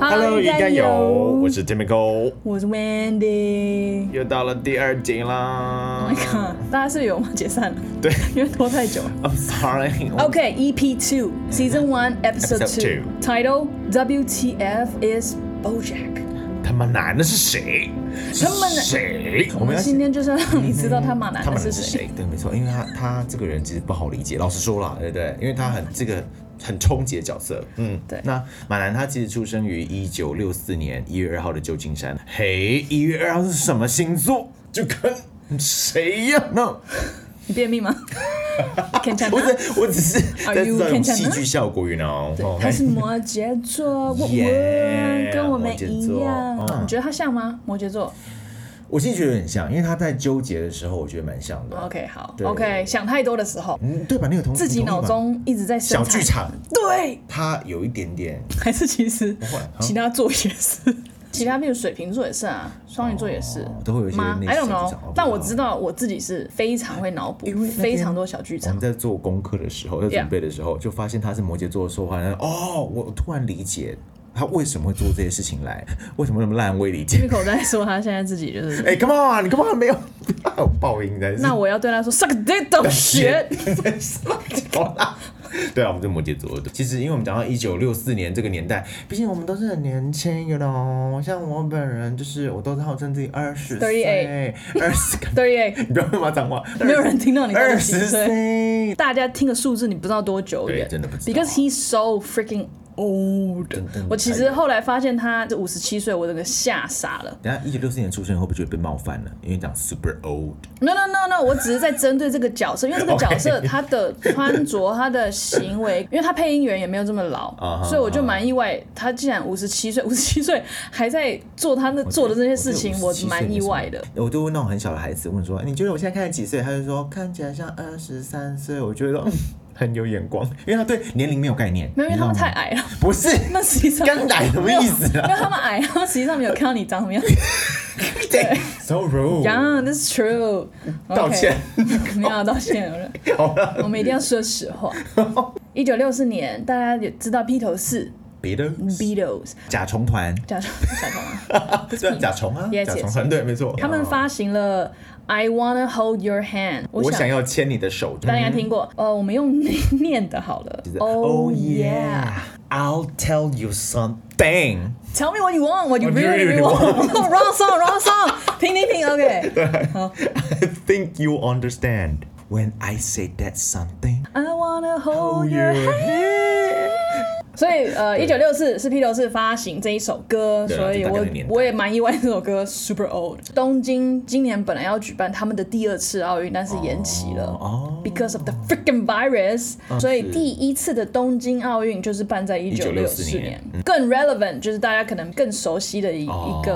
Hello，应应该该有有，我是 Timiko，我是 Wendy。又到了第二集啦 Oh my。god，大家是有吗？解散了，对因为拖太久了。 ，I'm sorry。 OK，EP、Two Season One Episode Episode Two Title WTF is BoJack。他们男的是谁？他们男是谁？我我们们要嗯今天就是要让你知道他马男他的们是是谁。谁？对，没错，因为他他这个人其实不好理解，老实说啦，对不对？因为他很这个很冲击的角色，嗯，对那马兰他其实出生于一九六四年一月二号的旧金山，嘿，一月二号是什么星座？就跟谁一样呢？你便秘 吗？Can 不 China？是，我只是 Are 在 you 这种 Cantana？戏剧效果，you know？哦他是摩羯座，我 Yeah，跟我们一摩羯样。座嗯你觉得他像吗？摩羯座我其实觉得很像，因为他在纠结的时候，我觉得蛮像的。 ？OK，好对，OK，想太多的时候，嗯，对吧？你有同哦自己你同意脑吧中一直在生小产剧场，对，他有一点点还是其 实会啊其他座也是，其他比如水瓶座也是啊，双鱼座也是，哦都会有一些吗内心？I don't know，小剧场但我知道我自己是非常会脑补因为，那非天常多小剧啊我场们。在做功课的时候，在 Yeah 准备的时候，就发现他是摩羯座的时候，说话，然后哦，我突然理解他为什么会做这些事情来，为什么那么烂，我也理解。 Miko 在说他现在自己就是， 哎、c o m e on，你 come on，没有，有报应的。那我要对他说 suck dick 懂学，好啦， 对啊，我们是摩羯座的。其实，因为我们讲到一九六四年这个年代，毕竟我们都是很年轻，you know。像我本人就是，我都是号称自己二十岁38，二十， 对你不要骂脏话， 没有人听到你在二几十岁。岁。大家听个数字，你不知道多久远，对真的不知道 Because he's so freaking old 真的。我其太实后来发现他是五十七岁，我整个吓傻了。等一下，一九六四年出生会不会觉得被冒犯了？因为讲 super old， No no no no，我只是在针对这个角色，因为这个角色他的穿 着、他的行为，因为他配音员也没有这么老啊哈所以我就蛮意外，他竟然五十七岁，五十七岁还在做他那做的这些事情，我觉得57蛮岁意外的没。什么。我就问那种很小的孩子，问说：“哎你觉得我现在看起来几岁？”他就说：“看起来像二十三岁。”我觉得嗯很有眼光，因为他对年龄没有概念。没有，因为他们你知道太吗矮了。不是那实际上干奶什么意思没有啊？他们矮，他们实际上没有看到你长什么样。对，so rude， Yeah, that's true. 道歉。没有啊道歉，我好了，们我们一定要说实 话。一九六四年，大家也知道披头士别的 （Beatles） 甲虫团，假装假装啊，对啊，甲虫啊， Yes, 甲虫 yes, 团对，没错。他们发行了《I Wanna Hold Your Hand》，我想想要牵你的手，大家应该听过。呃，我们用念的好了。 Oh yeah，I'll tell you something。 Tell me what you want, what Oh, you What you really, really really want. Wrong song, wrong song. 停停停，OK。 I think you understand when I say that something. I wanna hold your your hand. hand. 所以呃，一九六四是披头士发行这一首歌，对啊所以就大概我那个年代我也蛮意外这首歌 Super Old。东京今年本来要举办他们的第二次奥运，但是延期了、哦啊 b e c a u s e of the freaking virus、所以第一次的东京奥运就是办在一九六四1964年年，嗯更 relevant 就是大家可能更熟悉的一哦一个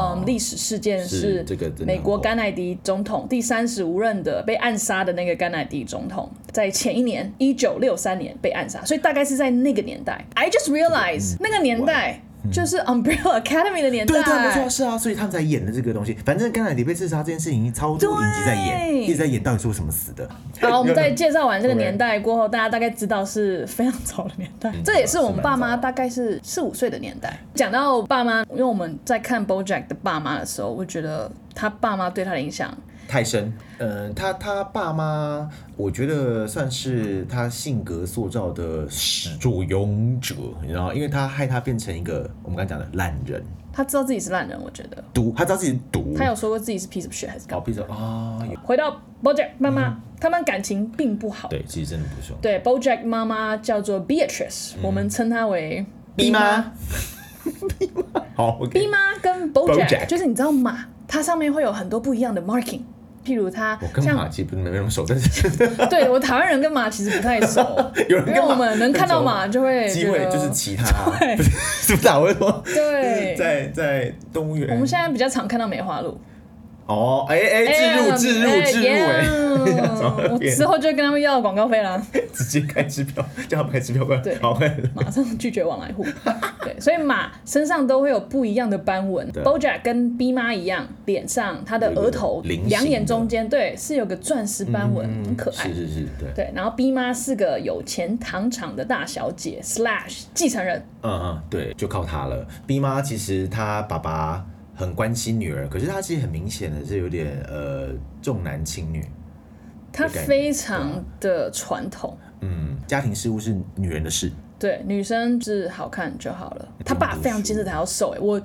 嗯历史事件是是这个真的美国很甘乃迪总统第三十五任的被暗杀的那个甘乃迪总统，在前一年一九六三年被暗杀，所以大概是在那个年代。I just realized、那个年代就是 Umbrella Academy 的年代，嗯 对对，没错，是啊，所以他们才演的这个东西。反正甘乃迪被刺杀这件事情，已经超多影集在演，对一直在演到底是为什么死的。好，我们在介绍完这个 Okay 年代过后，大家大概知道是非常早的年代，嗯这也是我们爸妈大概是四五岁的年代。讲到爸妈，因为我们在看 BoJack 的爸妈的时候，我觉得他爸妈对他的影响，泰森，嗯、他他爸妈，我觉得算是他性格塑造的始作俑者，你知道吗？因为他害他变成一个我们刚才讲的烂人，他知道自己是烂人，我觉得毒，他知道自己是毒，他有说过自己是 piece of shit 还是干嘛搞闭着啊，有回到 BoJack 嗯妈妈，他们感情并不好。对，嗯其实真的不爽。对 BoJack 妈妈叫做 Beatrice，、我们称她为 B 妈， 好，OK， B 妈跟 BoJack，, BoJack 就是你知道马，它上面会有很多不一样的 marking，譬如它我跟马像，其实不是没那么熟，但是对我台湾人跟马其实不太熟， 有人因为跟我马们能看到很熟马就会机觉会得就是其他，对不是是不是啊？我会说，对就是在在动物园，我们现在比较常看到梅花鹿，哦，哎哎，置入置入置入，哎， 哎，我之后就跟他们要广告费啦，直接开支票，叫他们开支票过来，对好，快来马上拒绝往来 户。对，所以马身上都会有不一样的斑纹。对啊 BoJack 跟 B 妈一样，脸上、他的有一个额头、菱形的嗯两眼中间，对，是有个钻石斑纹，很可爱是。是是，对，对，然后 B 妈是个有钱糖厂的大小姐 slash 继承人，嗯嗯，对，就靠他了。B 妈其实她爸爸很关心女儿，可是她其实很明显的是有点呃重男轻女，她有概念啊非常的传统。嗯，家庭事务是女人的事，对，女生是好看就好了。她爸读非常书坚持她要瘦、欸，我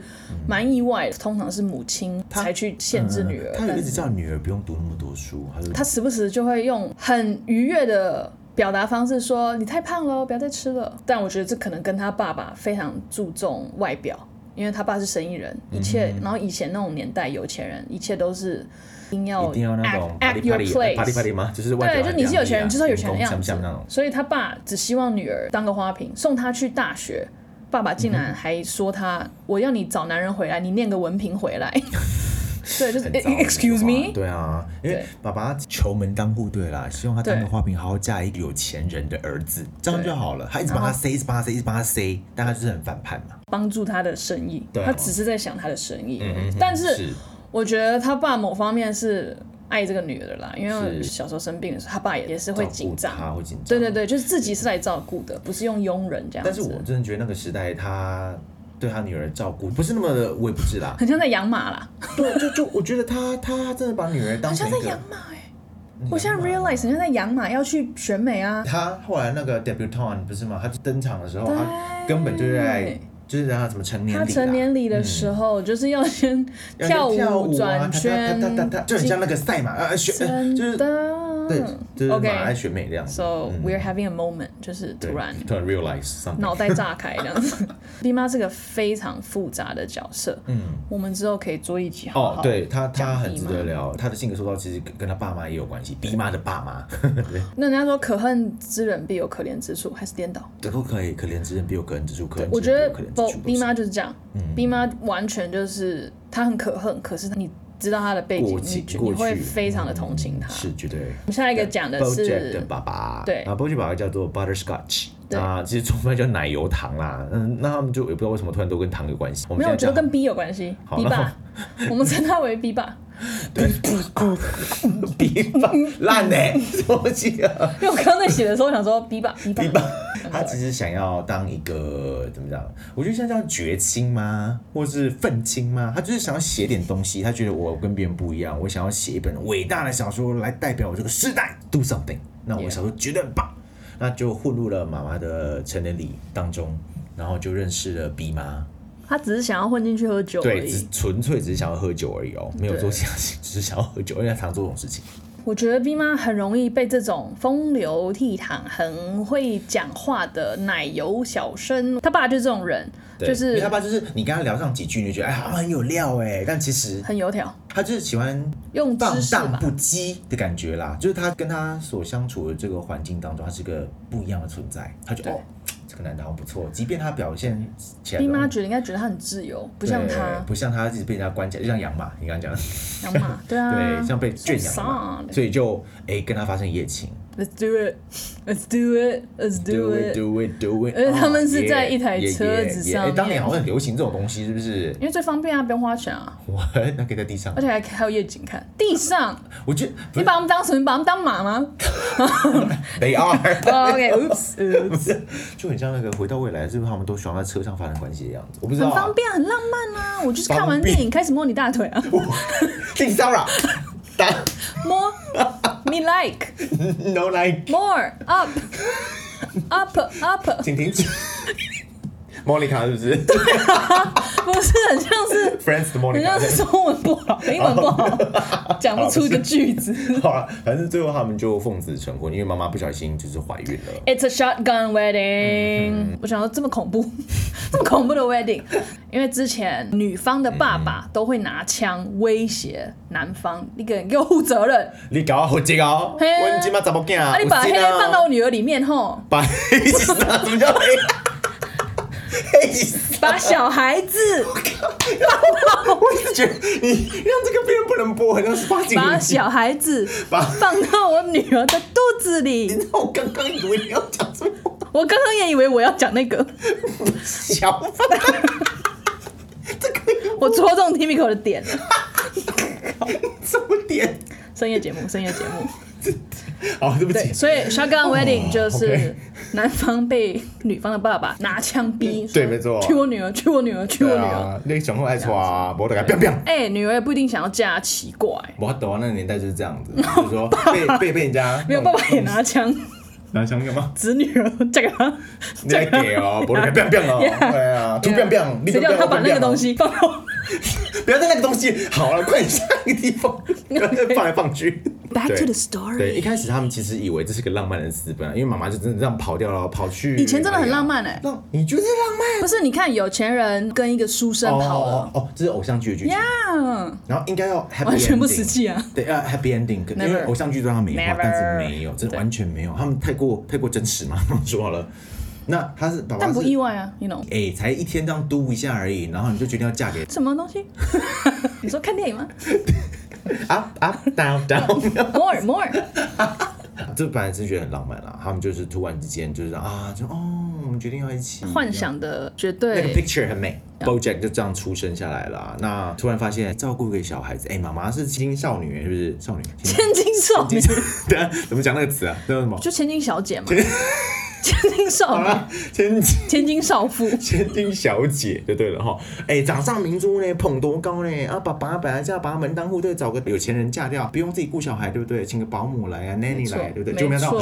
蛮意外的。通常是母亲她嗯才去限制女儿，她有但一是直叫女儿不用读那么多书，她就她时不时就会用很愉悦的表达方式说：“你太胖了，不要再吃了。”但我觉得这可能跟她爸爸非常注重外表，因为她爸是生意人，一切。嗯然后以前那种年代，有钱人一切都是一定要一定要那种 act, party act your party place， party party 吗？就是外对，表就很你是有钱人，洋溢啊就是要有钱的像样不子像那种。所以他爸只希望女儿当个花瓶，送她去大学。爸爸竟嗯然还说他，我要你找男人回来，你念个文凭回来。对，就是很糟的一句 excuse 话 me。对啊，因为对爸爸求门当户对啦，希望他当个对花瓶，好好嫁一个有钱人的儿子，这样对就好了。他一直帮他塞，一直帮他塞，一直帮他塞，但他就是很反叛嘛。帮助他的生意，对啊嗯他只是在想他的生意。但嗯是是我觉得他爸某方面是爱这个女的啦，因为是小时候生病的时候，他爸也也是会紧张。他会紧张。对对对，就是自己是来照顾的，不是用佣人这样子。但是我真的觉得那个时代他。对他女儿照顾不是那么的，我也不 。知啦很像在养马啦，对，就就我觉得他他真的把女儿当很像成一在个养马哎、我现在 realize 很像在养马要去选美啊，他后来那个 debutante 不是吗？他登场的时候，他根本就是在对就是让他怎么成年礼他啦，嗯成年礼的时候，就是要先要跳舞啊转圈他他他他，就很像那个赛马，呃，选呃真就是的对，就是马 OK 来选美这样子。 So we're having a moment，就是对突然突然 realize something，哦脑袋炸开这样 子。B 妈是个非常复杂的角色，嗯，我们之后可以做一集好哦好，对他，他讲很逼值嘛得聊。他的性格塑造其实跟跟他爸妈也有关系，逼妈的爸妈，那人家说可恨之人必有可怜之处，还是颠倒？对，都可以。可怜之人必有可恨之处，可恨我之觉人必得有可怜 Bo- 之处。嗯 B 妈就是这样、b 妈完全就是她很可恨，可是你知道她的背景，过你去觉过你会去嗯非常的同情她。是绝对。我们下一个讲的 BoJack 的是爸爸，对啊，BoJack 爸爸叫做 Butterscotch，对啊，其实中文叫奶油糖啦，嗯，那他们就也不知道为什么突然都跟糖有关系。我没们有，我现觉得在讲跟 B 有关系好，B 爸，我们称他为 B 爸，比吧，烂呢，什么东西啊？因为我刚刚在写的时候我想说 B 爸，B 嗯爸，他其实想要当一个怎么讲？我觉得像叫绝亲吗，或是愤青吗？他就是想要写点东西，他觉得我跟别人不一样，我想要写一本伟大的小说来代表我这个时代，do something。那我 Yeah 小说绝对很棒，那就混入了妈妈的成人礼当中，然后就认识了 B 妈。他只是想要混进去喝酒而对，只已。纯粹只是想要喝酒而已哦，没有做其他事情，只是想要喝酒，因为他常做这种事情。我觉得 B 妈很容易被这种风流倜傥、很会讲话的奶油小生，他爸就是这种人，对就因为是他爸就是你跟他聊上几句，你就觉得哎，好像很有料哎，但其实很油条，他就是喜欢用知放识荡吧。不羁的感觉啦，就是他跟他所相处的这个环境当中，他是个不一样的存在，他觉得对哦，这个男的好像不错，即便他表现起来 B 妈都觉得应该觉得他很自由，不不像他不像他一直被人家关起来，就像养马，你刚刚讲的，养 马，对啊，对，像被圈养的嘛 So，sad 所以就哎跟他发生一夜情 Let's do it, let's do it, let's do ，do it it。do it do it，哦而且他们是 yeah，在一台 yeah，车 yeah，子 yeah 上哎当面年好像很流行这种东西，是不是？ 因为最方便啊，不用花钱啊，我那可以在地上而，且还还有夜景看。地上，我觉得你不是把他们当什么？你把他们当马 吗 Oh, they are。 ？OK，oops，不是， 就很像那个回到未来，是不是他们都喜欢在车上发生关系的样子？我不知道、很啊方，便，很浪漫啊！我就是看完方便电影开始摸你大腿啊， 性骚扰，打摸 me like no like， more up up up，请停止。Monica 是不是 不是很像 是？Friends 的很 Monica 像。是中文不好，英文不好，讲不出一个句子。 好了，反正最后他们就奉子成婚，因为妈妈不小心就是怀孕了。 It's a shotgun wedding、我想说这么恐怖， 这么恐怖的 wedding，因为之前女方的爸爸都会拿枪威胁男方，你给给我负责任，你搞好这个哦，嘿啊我今妈怎么干啊？ 啊 你把黑黑放到我女儿里面吼，把黑什么叫黑？黑死把小孩 子， 我一直觉得你让这个片不能播，很像十八禁把影集。小孩 子把放到我女儿的肚子 里。那我刚刚以为你要讲什么我刚刚也以为我要讲那个，小贩，这个 我戳中 Timiko 的点了。怎么 点？深夜节目，深夜节目。好，哦对不对，起，所以 shotgun wedding 就是哦 OK 男方被女方的爸爸拿枪逼，嗯对说没错娶我女儿，娶我女儿，娶我对女儿。啊，那个小后爱错啊，我大概 biang biang。哎，女儿也不一定想要嫁，奇怪，我懂啊，那个年代就是 这样子，就是说被被被人家没有爸爸也拿枪，拿枪干嘛？指嗯女儿嫁给他，你来 给哦，我大概 biang biang 哦， Yeah 对啊，突 biang biang，你谁叫他把那个东西西放到不要在那个东西，好了，快点下一个 地方， 放来放去。 back to 对 the story？对，一开始他们其实以为这是个浪漫的私奔啊，因为妈妈就真的这样跑掉了，跑去以前真的很浪漫哎哎，浪，你就是浪漫。不是？你看有钱人跟一个书生跑哦了，哦，这是偶像剧的剧情，呀，然后应该要 happy ending, 完全不实际啊！对，要 happy ending，可因为 Never 偶像剧都让他美化 Never 但是没有，这完全没有，他们太过太过真实嘛， 他们说好了。那他是爸爸但是，不意外啊，you know 哎、才一天这样嘟一下而已，然后你就决定要嫁给什么东 西？你说看电影吗 up up down down， ？More more。 这本来是觉得很浪漫啦，他们就是突然之间就是啊，就哦，我们决定要一起幻。想的绝那个对 picture 很美，BoJack 就这样出生下来了。那突然发现照顾一个小孩子，哎、妈妈是青少女，是不是少女？青 千金少女， 对啊，怎么讲那个词啊？叫什么？就千金小 姐嘛，千金少好女，啦， 千金千金少妇，千金小姐就对了哈。哎、掌上明珠呢，捧多高呢？啊，爸爸本来就要把他门当户对，找个有钱人嫁掉，不用自己顾小孩，对不对？请个保姆来啊，nanny 错来，对不对？没就没有到错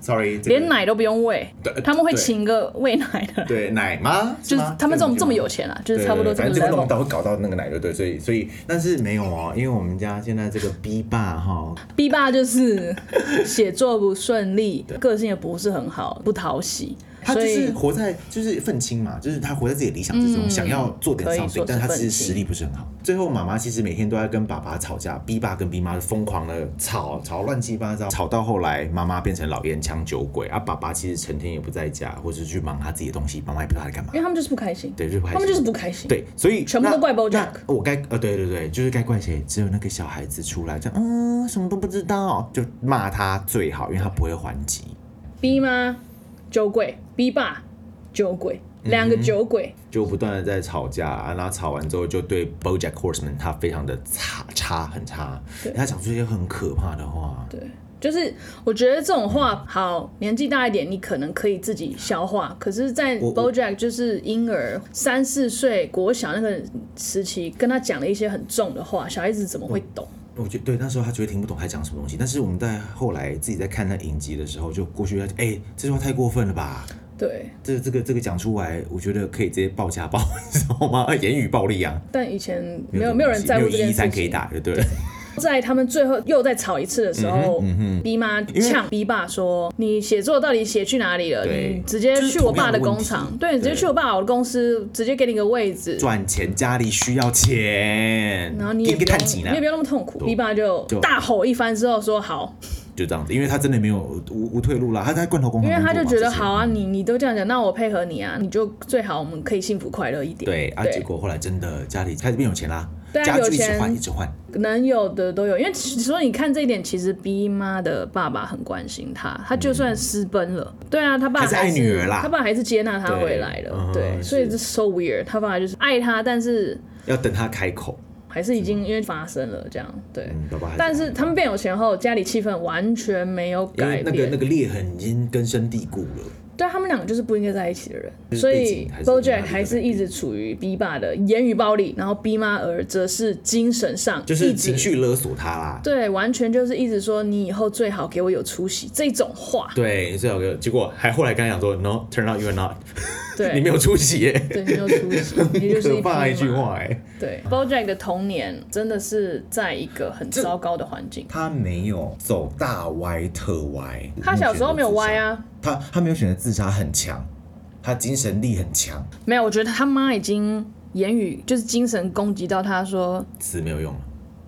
，sorry，这个连奶都不用喂对，他们会对请个喂奶的，对奶妈，就是吗他们这种这么有钱。钱啊，就是差不多这对个对对反正最后弄 level。到会搞到那个奶就对，所以所以但是没有哦，因为我们家现在这个 B 爸哈， B 爸就是 写作不顺利，个性也不是很好，不讨喜，他就所是以嗯活在就是愤青嘛，就是他活在自己的理想之中，想要做点可以说 something，是但他愤其实青实力不是很好。最后妈妈其实每天都在跟爸爸吵架，B 爸跟 B 妈疯狂的吵吵乱七八糟，吵到后来妈妈变成老烟枪酒鬼，啊爸爸其实成天也不在家，或者去忙他自己的东西，妈妈也不知道他在干嘛因。为他们就是不开心，对，就是不开心他们就是不开心。对，所以全部都那怪 BoJack 那我该呃，对对对，就是该怪谁？只有那个小孩子出来，这样嗯，什么都不知道，就骂他最好，因为他不会还击。 ，B 妈酒鬼，B 爸酒鬼，两嗯个酒鬼，就不断的在吵架、啊，然后吵完之后就对 BoJack Horseman 他非常的差差很差，他讲出一些很可怕的话。对，就是我觉得这种话，好年纪大一点，你可能可以自己消化。可是，在我 BoJack 就是婴儿三四岁国小那个时期，跟他讲了一些很重的话，小孩子怎么会懂？我觉得对那时候他觉得听不懂他讲什么东西，但是我们在后来自己在看那影集的时候，就过去他哎、这句话太过分了吧？对，这这个这个讲出来，我觉得可以直接报家暴， 你知道吗？言语暴力啊，但以前没有没没有人在乎这一件三事可以情。打，对对了？在他们最后又再吵一次的时候、b 嗯妈为呛 B 爸说：“你写作到底写去哪里了？对你直接就是去我同样爸的的问工题厂，对，你直接对去我爸我的公司，直接给你个位置。”赚钱家里需要钱，然后你也给不给用探几你呢也？不用那么痛苦。对 B 爸就就大吼一番之后说好，就这样子，因为他真的没有无无退路了，他在罐头工因厂为工作嘛，他就觉得之前好啊，你你都这样讲，那我配合你啊，你就最好我们可以幸福快乐一点。对啊，结果后来真的家里开始变有钱啦，对啊家具一有直钱换一直换，能有的都有，因为其实说你看这一点，其实 B 妈的爸爸很关心他，他就算私奔了，对啊，他爸嗯还是爱女儿啦他爸还是接纳他回来了，对对，嗯所以是这 so weird，他爸爸就是爱他，但是要等他开口。还是已经因为发生了这样，对。嗯，爸爸还是但是他们变有钱后，家里气氛完全没有因改为变。那个那个裂痕已经根深蒂固了，对他们两个就是不应该在一起的人，就是所背以景还是有 BoJack 他的还是一直处于 B 爸的言语暴力，然后 B 妈儿则是精神上就一是直情绪勒索他啦。对，完全就是一直说你以后最好给我有出息这种 话，对，这首歌结果还后来跟他讲说，No，turn out you're not，你没对，有出息耶，对，没有出息，你就是一匹 可怕马的一句。话哎。对，BoJack 的童年真的是在一个很糟糕的环境，他没有走大歪特歪，他小时候没有歪啊，他他没有选择自杀很强，他精神力很强，没有，我觉得他妈已经言语就是精神攻击到他说死没有用了。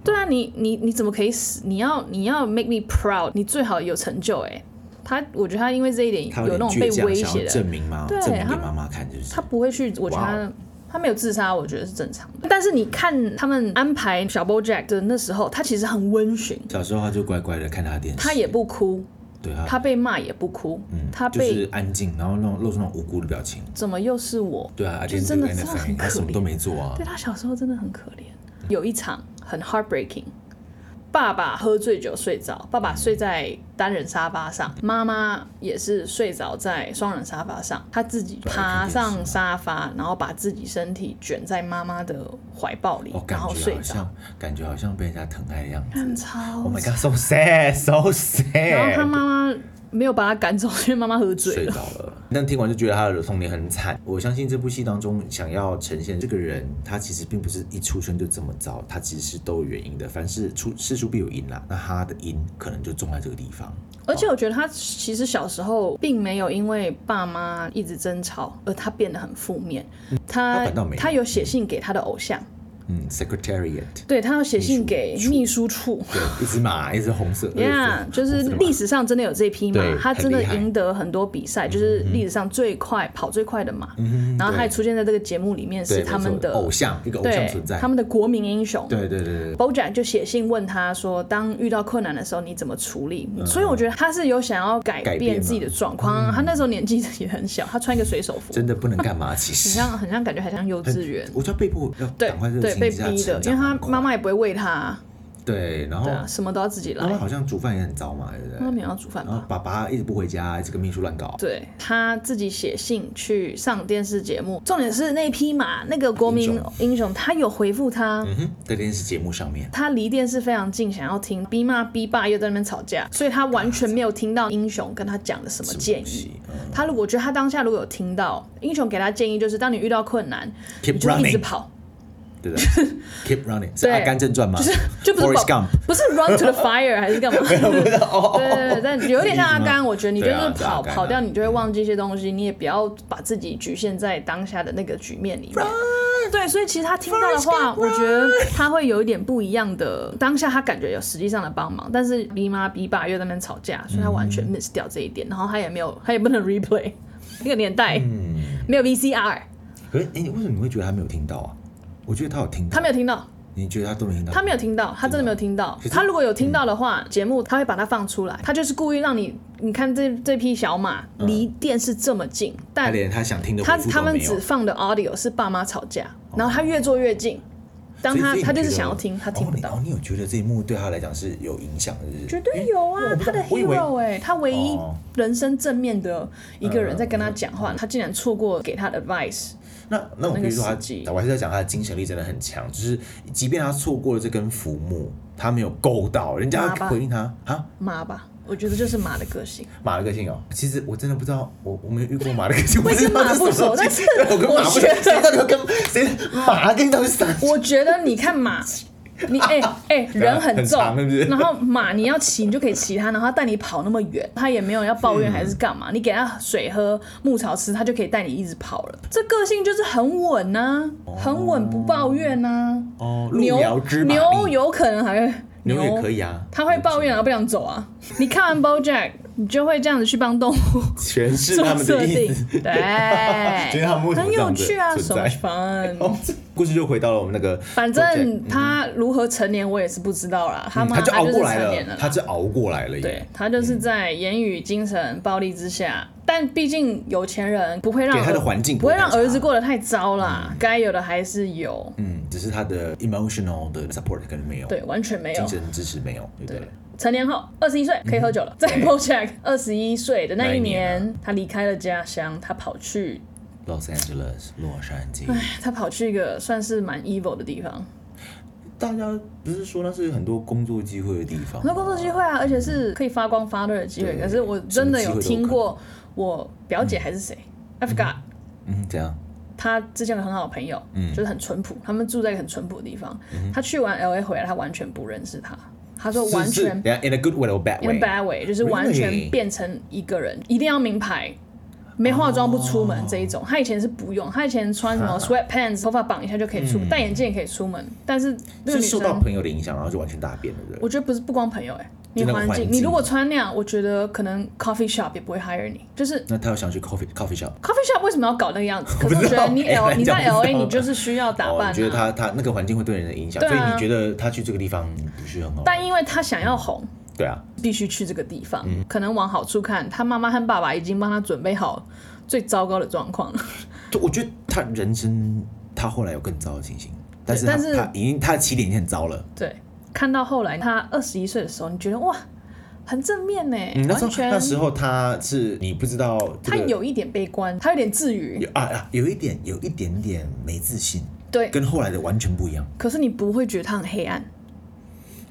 对啊，你你你怎么可以死？你要你要 make me proud，你最好有成就哎、他我觉得他因为这一点他有那点种被倔强，威想胁要证的，明吗？对证明给他妈妈看，就是他不会去，我觉得哇哦他。他没有自杀，我觉得是正常的。但是你看他们安排小 BoJack 的那时候，他其实很温驯，小时候他就乖乖的看他的电视，他也不哭，对啊，他被骂也不哭，嗯他就被、是安静，然后那种露出那种无辜的表情，怎么又是我？对啊，而就且是真的真的反很应，他可什么都怜。没做啊对，他小时候真的很可怜。有一场很 heartbreaking，爸爸喝醉酒睡着，爸爸睡在单人沙发上，妈妈也是睡着在双人沙发上，他自己爬上沙发，然后把自己身体卷在妈妈的怀抱里我，哦感然后觉睡好着，像感觉好像被人家疼爱的样子。很超 Oh my god, so sad, so 然后他妈 sad。妈没有把他赶走，因为妈妈喝醉睡了。着了，但听完就觉得他的童年很惨。我相信这部戏当中想要呈现这个人，他其实并不是一出生就这么糟，他其实是都有原因的。凡事出事出必有因啦，那他的因可能就种在这个地方。而且我觉得他其实小时候并没有因为爸妈一直争吵而他变得很负面，嗯他他反倒没有有写信给他的偶像，嗯，Secretariat，对他有写信秘给书处秘书处。对，一只马，一只红色， Yeah，就是历史上真的有这匹马对，他真的很厉害赢得很多比赛，就是历史上最快跑最快的马。嗯然后他对还出现在这个节目里面，对是他们没的错偶像，一个偶像对存在。他们的国民英雄。对对对对， BoJack 就写信问他说，当遇到困难的时候你怎么处理？所以我觉得他是有想要嗯改改变变吗自己的状况。啊他那时候年纪 也很小，他穿一个水手服，真的不能干嘛，其很实。像很像感觉还像幼稚园。我就要被迫要对赶快认对，清被一下逼的成，因为长他很快妈妈也不会喂他，对，然后对啊，什么都要自己来妈。妈好哦像煮饭也很糟嘛，对不对妈妈？没有要煮饭然后吧？爸爸一直不回家，一直跟秘书乱搞。对他自己写信去上电视节目，重点是那匹马，那个国民英雄英雄，他有回复他，嗯哼，在电视节目上面，他离电视非常近，想要听 B 妈 B 爸又在那边吵架，所以他完全没有听到英雄跟他讲的什么建议。啊什么嗯东西他如果我觉得他当下如果有听到英雄给他建议，就是当你遇到困难， Keep 你就一直 running 跑，嗯对 不对？Keep running，是《对阿甘正传》吗？就是就不是跑 Forrest Gump，不是 run to the fire 还是 干嘛？对 对不是哦，对，但有点像阿这个意思 甘，吗我觉得你就对是啊是阿跑甘啊跑掉，你就会忘记一些东西，你也不要把自己局限在当下的那个局面里面。对，所以其实他听到的 Forrest 话， Gump, 我觉得他会有一点不一样的。当下他感觉有实际上的帮忙，但是 B 妈 B 爸又在那边吵架，所以他完嗯全 miss 掉这一点，然后他也没有，他 也不能 replay 那个年代，嗯没有 VCR，可是哎，你为什么你会觉得他没有听到啊？我觉得他有听他到，没有听到。你觉得他都没听到？他没有听到，他真的没有听到。嗯他如果有听到的话，节目他会把它放出来。他就是故意让你，你看这这匹小马离电视这么近，嗯他但连他想听的他回复他都们没有哦只。放的 audio 是爸妈吵架，然后他越坐越近。当他所以所以你他就是觉得想要听，他听不哦到。你哦你有觉得这一幕对他来讲是有影响的，是不是绝对有因为啊我，不他知道的我以为 hero 哎、他唯一哦嗯人生正面的一个人在跟他讲话，他竟然错过给他的 advice。那那我那必个须说他时机，我还是要讲他的精神力真的很强，就是即便他错过了这根浮木，他没有够到，人家麻吧回应他啊，马吧，我觉得就是马的个 性。马的个性哦，其实我真的不知道，我我没有遇过马的个性， 我不也知跟道马这不什么熟东但西是对我跟我马不熟，觉得谁到底要跟谁马跟到底是啥？我觉得你看马，你 哎哎、人很重，啊很长是不是然后马你要骑你就可以骑它，然后它带你跑那么远，它也没有要抱 怨还是干嘛，你给它水喝、牧草吃，它就可以带你一直跑了。这个性就是很稳呐、很稳不抱怨啊呐、哦，路牛遥知马力，牛有可能还会牛也可以啊，它会抱怨然后不想走啊。你看完 BoJack，你就会这样子去帮动物全 是做他们设的意定思。， 觉 对得他们为，什么很有这样子趣啊存，so 在 much fun。哦，这故事就回到了我们那个 project，反正他如何成年，我也是不知道啦。他嗯妈他就熬就过是来成年了，了他嗯啦，就熬过来了耶，对他就是在言语、精神暴力之下，但毕竟有钱人不会让给他的儿环境不会让不会太儿差子过得太糟啦，该有的还是有，嗯，只是他的 emotional 的 support 可能没有，对，，完全没有精。神支持没有，对不对？成年后，二十一岁可以喝酒了。在 BoJack 二十一岁的那嗯那一一年啊年，他离开了家乡，他跑去， Los Angeles，洛杉矶，他跑去一个算是蛮 evil 的地方，大家不是说那是很多工作机会的地方吗？很多工作机会啊，而且是可以发光发热的机会。对可是我真的什有么机会都有听过，我表姐还是谁、i forgot，嗯，怎样？她之前有个很好的朋友，就是很淳朴，他们住在一个很淳朴的地方。她去完 L A 回来，她完全不认识他，她说完嗯是全是等下 in a good way or bad in a way， bad way，就是完 Really？全变成一个人，一定要名牌。没化妆不出哦门这一种，她以前是不用，她以前穿什么 sweatpants，头发绑一下就可以出门，戴眼镜也可以出门。但是那个嗯是女受到生，朋友的影响，然后就完全大变了，对不对？我觉得不是不光朋友哎、你就那个环环境，境你如果穿那样，我觉得可能 coffee shop 也不会 hire 你。就是那他又想去 coffee coffee shop， coffee shop 为什么要搞那个样子？可不是知道我觉得你 哎 L 你在讲 L 不 A 到你就是需要打扮、哦，啊你觉得他他那个环境会对人的影响，对啊所以你觉得他去这个地方不是很好？但因为他想要红，对啊，必须去这个地方。嗯可能往好处看，他妈妈和爸爸已经帮他准备好最糟糕的状况了。就我觉得他人生他后来有更糟的情形，但是他但是他已经他的起点已经很糟了。对，看到后来他二十一岁的时候，你觉得哇，很正面呢、嗯，那时完候全那时候他是你不知道、这他个，有一点悲观，他有点自语。有啊啊，有一点有一点点没自信，对，跟后来的完全不一样可是你不会觉得他很黑暗。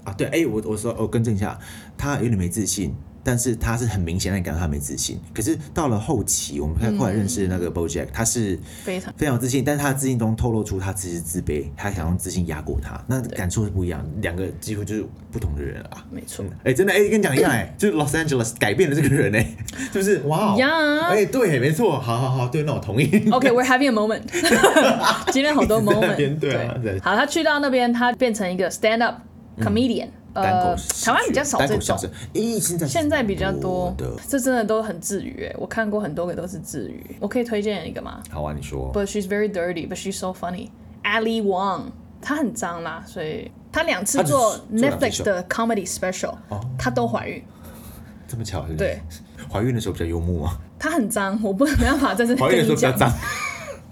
啊。对，哎、我我说我更正一下，他有点没自信。但是他是很明显的感到他没自信，可是到了后期，我们嗯看后来认识那个 BoJack，、他是非常非常有自信，但是他的自信中透露出他其实自卑，他想用自信压过他，那感受是不一样，两个几乎就是不同的人了啊。没错嗯，哎、真的，哎、跟你讲一样、哎，就是 Los Angeles 改变了这个人、哎， 是不是？哇、哦，呀哎、对，没错，好好好，对，那我同意。 OK，we're、having a moment 。 今天好多一直在那 moment。边对啊嗯对好，他去到那边，他变成一个 stand up comedian、单口呃，喜台湾剧比较少单这口相种，声，咦，现在现在比较多多的。。这真的都很治愈、欸，我看过很多个都是治愈。我可以推荐一个吗好啊，你说。 ？But she's very dirty, but she's so funny. Ali Wong，她很脏啦，所以她两次她只做做两次哦 Netflix 的 comedy special，她都怀孕。这么巧是不是？对，怀孕的时候比较幽默啊，她很脏，我不没办法在这里怀孕的跟时你候比较讲。脏。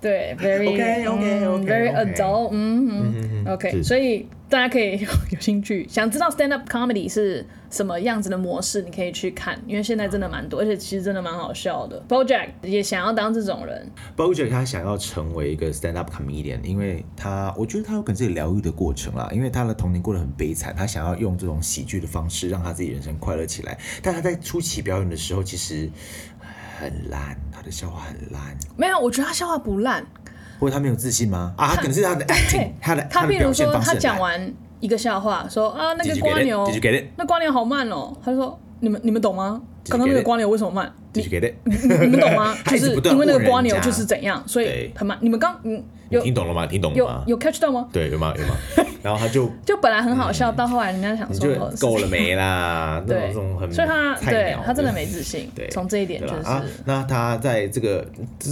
对，very OK，OK，OK，嗯 very OK adult，嗯嗯，OK，是所以大家可以有兴趣，想知道 stand up comedy 是什么样子的模式，你可以去看，因为现在真的蛮多，而且其实真的蛮好笑的。BoJack 也想要当这种人， BoJack 他想要成为一个 stand up comedian，因为他我觉得他有可能是疗愈的过程啦，因为他的童年过得很悲惨，他想要用这种喜剧的方式让他自己人生快乐起来。但他在初期表演的时候其实很烂，他的笑话很烂，没有，我觉得他笑话不烂。或者他没有自信吗？啊，他可能是他 的 acting，他的他的比如表现说方式他很讲烂。完一个笑话，说啊那 Did 个 you 瓜 get it? 牛 Did you get it? 那瓜牛好慢哦，他就说你们你们懂吗？ Did you 刚刚那 get 个 it? 瓜牛为什么慢？继续给的，你们懂吗？ 他就一直是不断因为那问个人瓜牛家就是怎样，所以对很慢。你们刚嗯你有听懂了吗？听懂了有吗？有 catch 到吗？对，有 吗？有吗？然后他就就本来很好笑，到后来人家想嗯你说就哦够是了没啦？那对，种很所以他菜对鸟他真的没自信对，从这一点对就吧？是啊，那他在这个这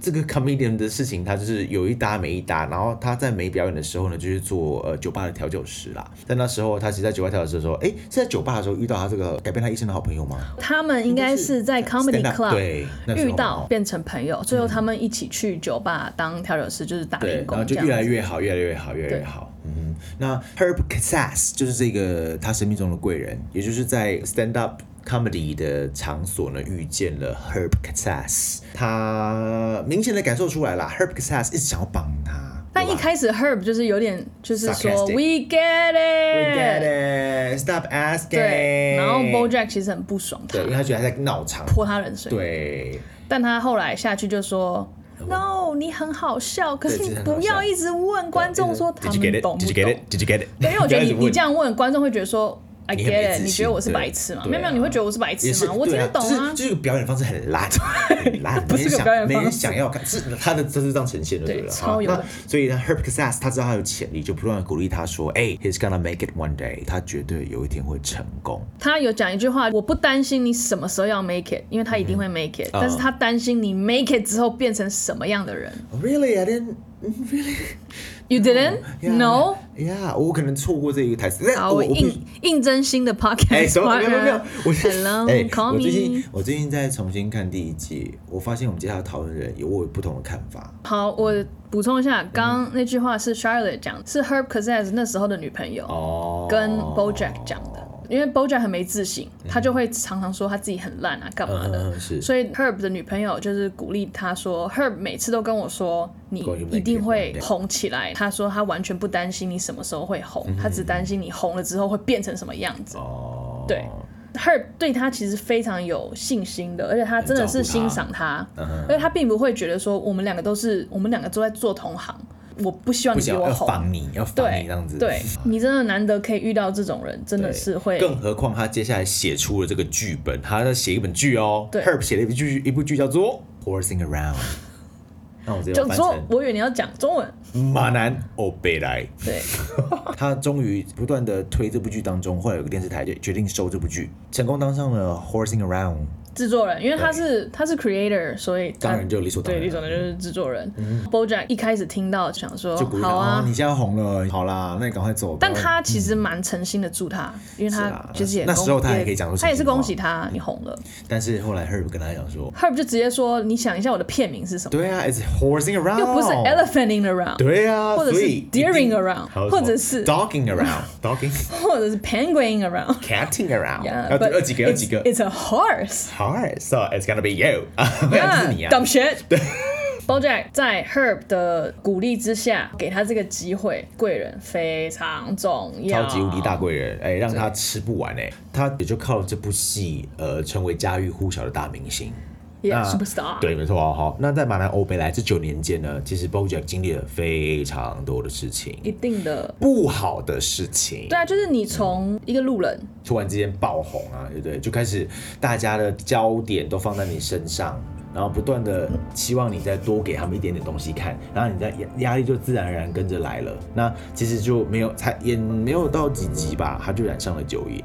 这个 comedian 的事情，他就是有一搭没一搭。然后他在没表演的时候呢，就是做呃酒吧的调酒师啦。但那时候他其实在酒吧调酒师的时候，哎、是在酒吧的时候遇到他这个改变他一生的好朋友吗？他们应该是在 comedy Stand up， club 对那时候遇嗯到变成朋友，最后他们一起去酒吧当调酒师，就是打对零，然后工这就越来样。越好，越来越好，越来越对好。嗯，那 Herb Casas 就是这个他生命中的贵人，也就是在 stand up comedy 的场所呢遇见了 Herb Casas，他明显的感受出来啦 h e r b Casas 一直想要帮他。但一对吧开始 Herb 就是有点就是说 Sarcastic We get it，, We get it, stop asking。对，然后 BoJack 其实很不爽他对，因，为他觉得他在闹场。泼他冷水，对，但他后来下去就说。No，你很好笑，可是对你真的很好不要笑一直问观众说他 Did you 们 get it? 懂不 Did you 懂 get。it? Did you get it? 对，因为我觉得 不要一你直问你这样问，观众会觉得说 I 你很没 get it，自信你觉得我是对白痴吗？对啊没有没有，你会觉得我是白痴也是吗？我听对得懂啊，就是就是表演方式 很烂，很烂，不是没人个表演方式想没人想要看，是他的这是这样呈现的，对对了，超有啊问题那所以呢，Herb Casas 他知道他有潜力，就不断的鼓励他说，哎，he's gonna make it one day，他绝对有一天会成功。他有讲一句话，我不担心你什么时候要 make it，因为他一定会 make it，、啊但是他担心你 make it 之后变成什么样的人。Oh, Really, I didn't. You didn't 哦 yeah, no， Yeah，我可能错过这一个台 词，但好，我我我必须应应征新的 哎， podcast 什 么？没有没有没有 partner，我 Hello，哎 call 我最 me 近我最近在重新看第一季，我发现我们接下来讨论的人有我有不同的看法。好，我补充一下，刚刚那句话是 Charlotte 讲，是 Herb Casas 那时候的女朋友。嗯哦，跟 BoJack 讲的，因为 BoJack 很没自信，他就会常常说他自己很烂啊，干嘛嗯嗯嗯的嗯。是所以 Herb 的女朋友就是鼓励他说，Herb 每次都跟我说你 Go you make 一定 it 会 one day 红起来。他说他完全不担心你什么时候会红，嗯他只担心你红了之后会变成什么样子。哦，对 Herb 对他其实非常有信心的，而且他真的是欣赏他，嗯而且他并不会觉得说我们两个都是我们两个都在做同行，我不希望不你比想我要红。防你，要防对你这样子。嗯 对你真的难得可以遇到这种人，真的是会更何况他接下来写出了这个剧本，他在写一本剧哦。对，Herb 写了一部剧，一部剧叫做《Horsing Around》。那我直接就把它说翻，成我以为你要讲中文，马南欧贝莱。 对，他终于不断的推这部剧当中，后来有个电视台就决定收这部剧，成功当上了 Horsing Around。制作人，因为他是他是 creator，所以他当然就理所当对，然嗯李总的就是制作人。BoJack 一开始听到想说就鼓励他、好哦啊你，现在红了，好啦，那你赶快走吧。但他其实蛮诚心的祝他，因为是他啊其实也那恭时候他也可以讲出他也诚是心话恭喜他你红了。但是后来 Herb 跟他讲说， Herb 就直接说：“你想一下我的片名是什么？对啊，It's Horsing Around，又不是 Elephant in the Round，哦对啊，或者是所以一定 Deering Around，还有或者什么是 Dogging Around，Dogging，Catting 或者是 Penguin in the Round。 Around， Yeah，要 but 要几个，要几个 it's-？It's a horse。 ？Hard，so it's gonna be you，没 有就是你啊 d u m b shit。对。BoJack 在 Herb 的鼓励之下，给他这个机会，贵人非常重要，超级无敌大贵人，哎、让他吃不完哎、他也就靠这部戏，呃，成为家喻户晓的大明星。 ，Yeah 那 superstar。嗯对，没错哦。好，那在马来欧北来这九年间呢，其实 BoJack 经历了非常多的事情，一定的。不好的事情对，啊，就是你从一个路人，突然之间爆红啊，对不对？就开始大家的焦点都放在你身上。然后不断的希望你再多给他们一点点东西看，然后你在压压力就自然而然跟着来了。那其实就没有才也没有到几集吧，他就染上了酒瘾。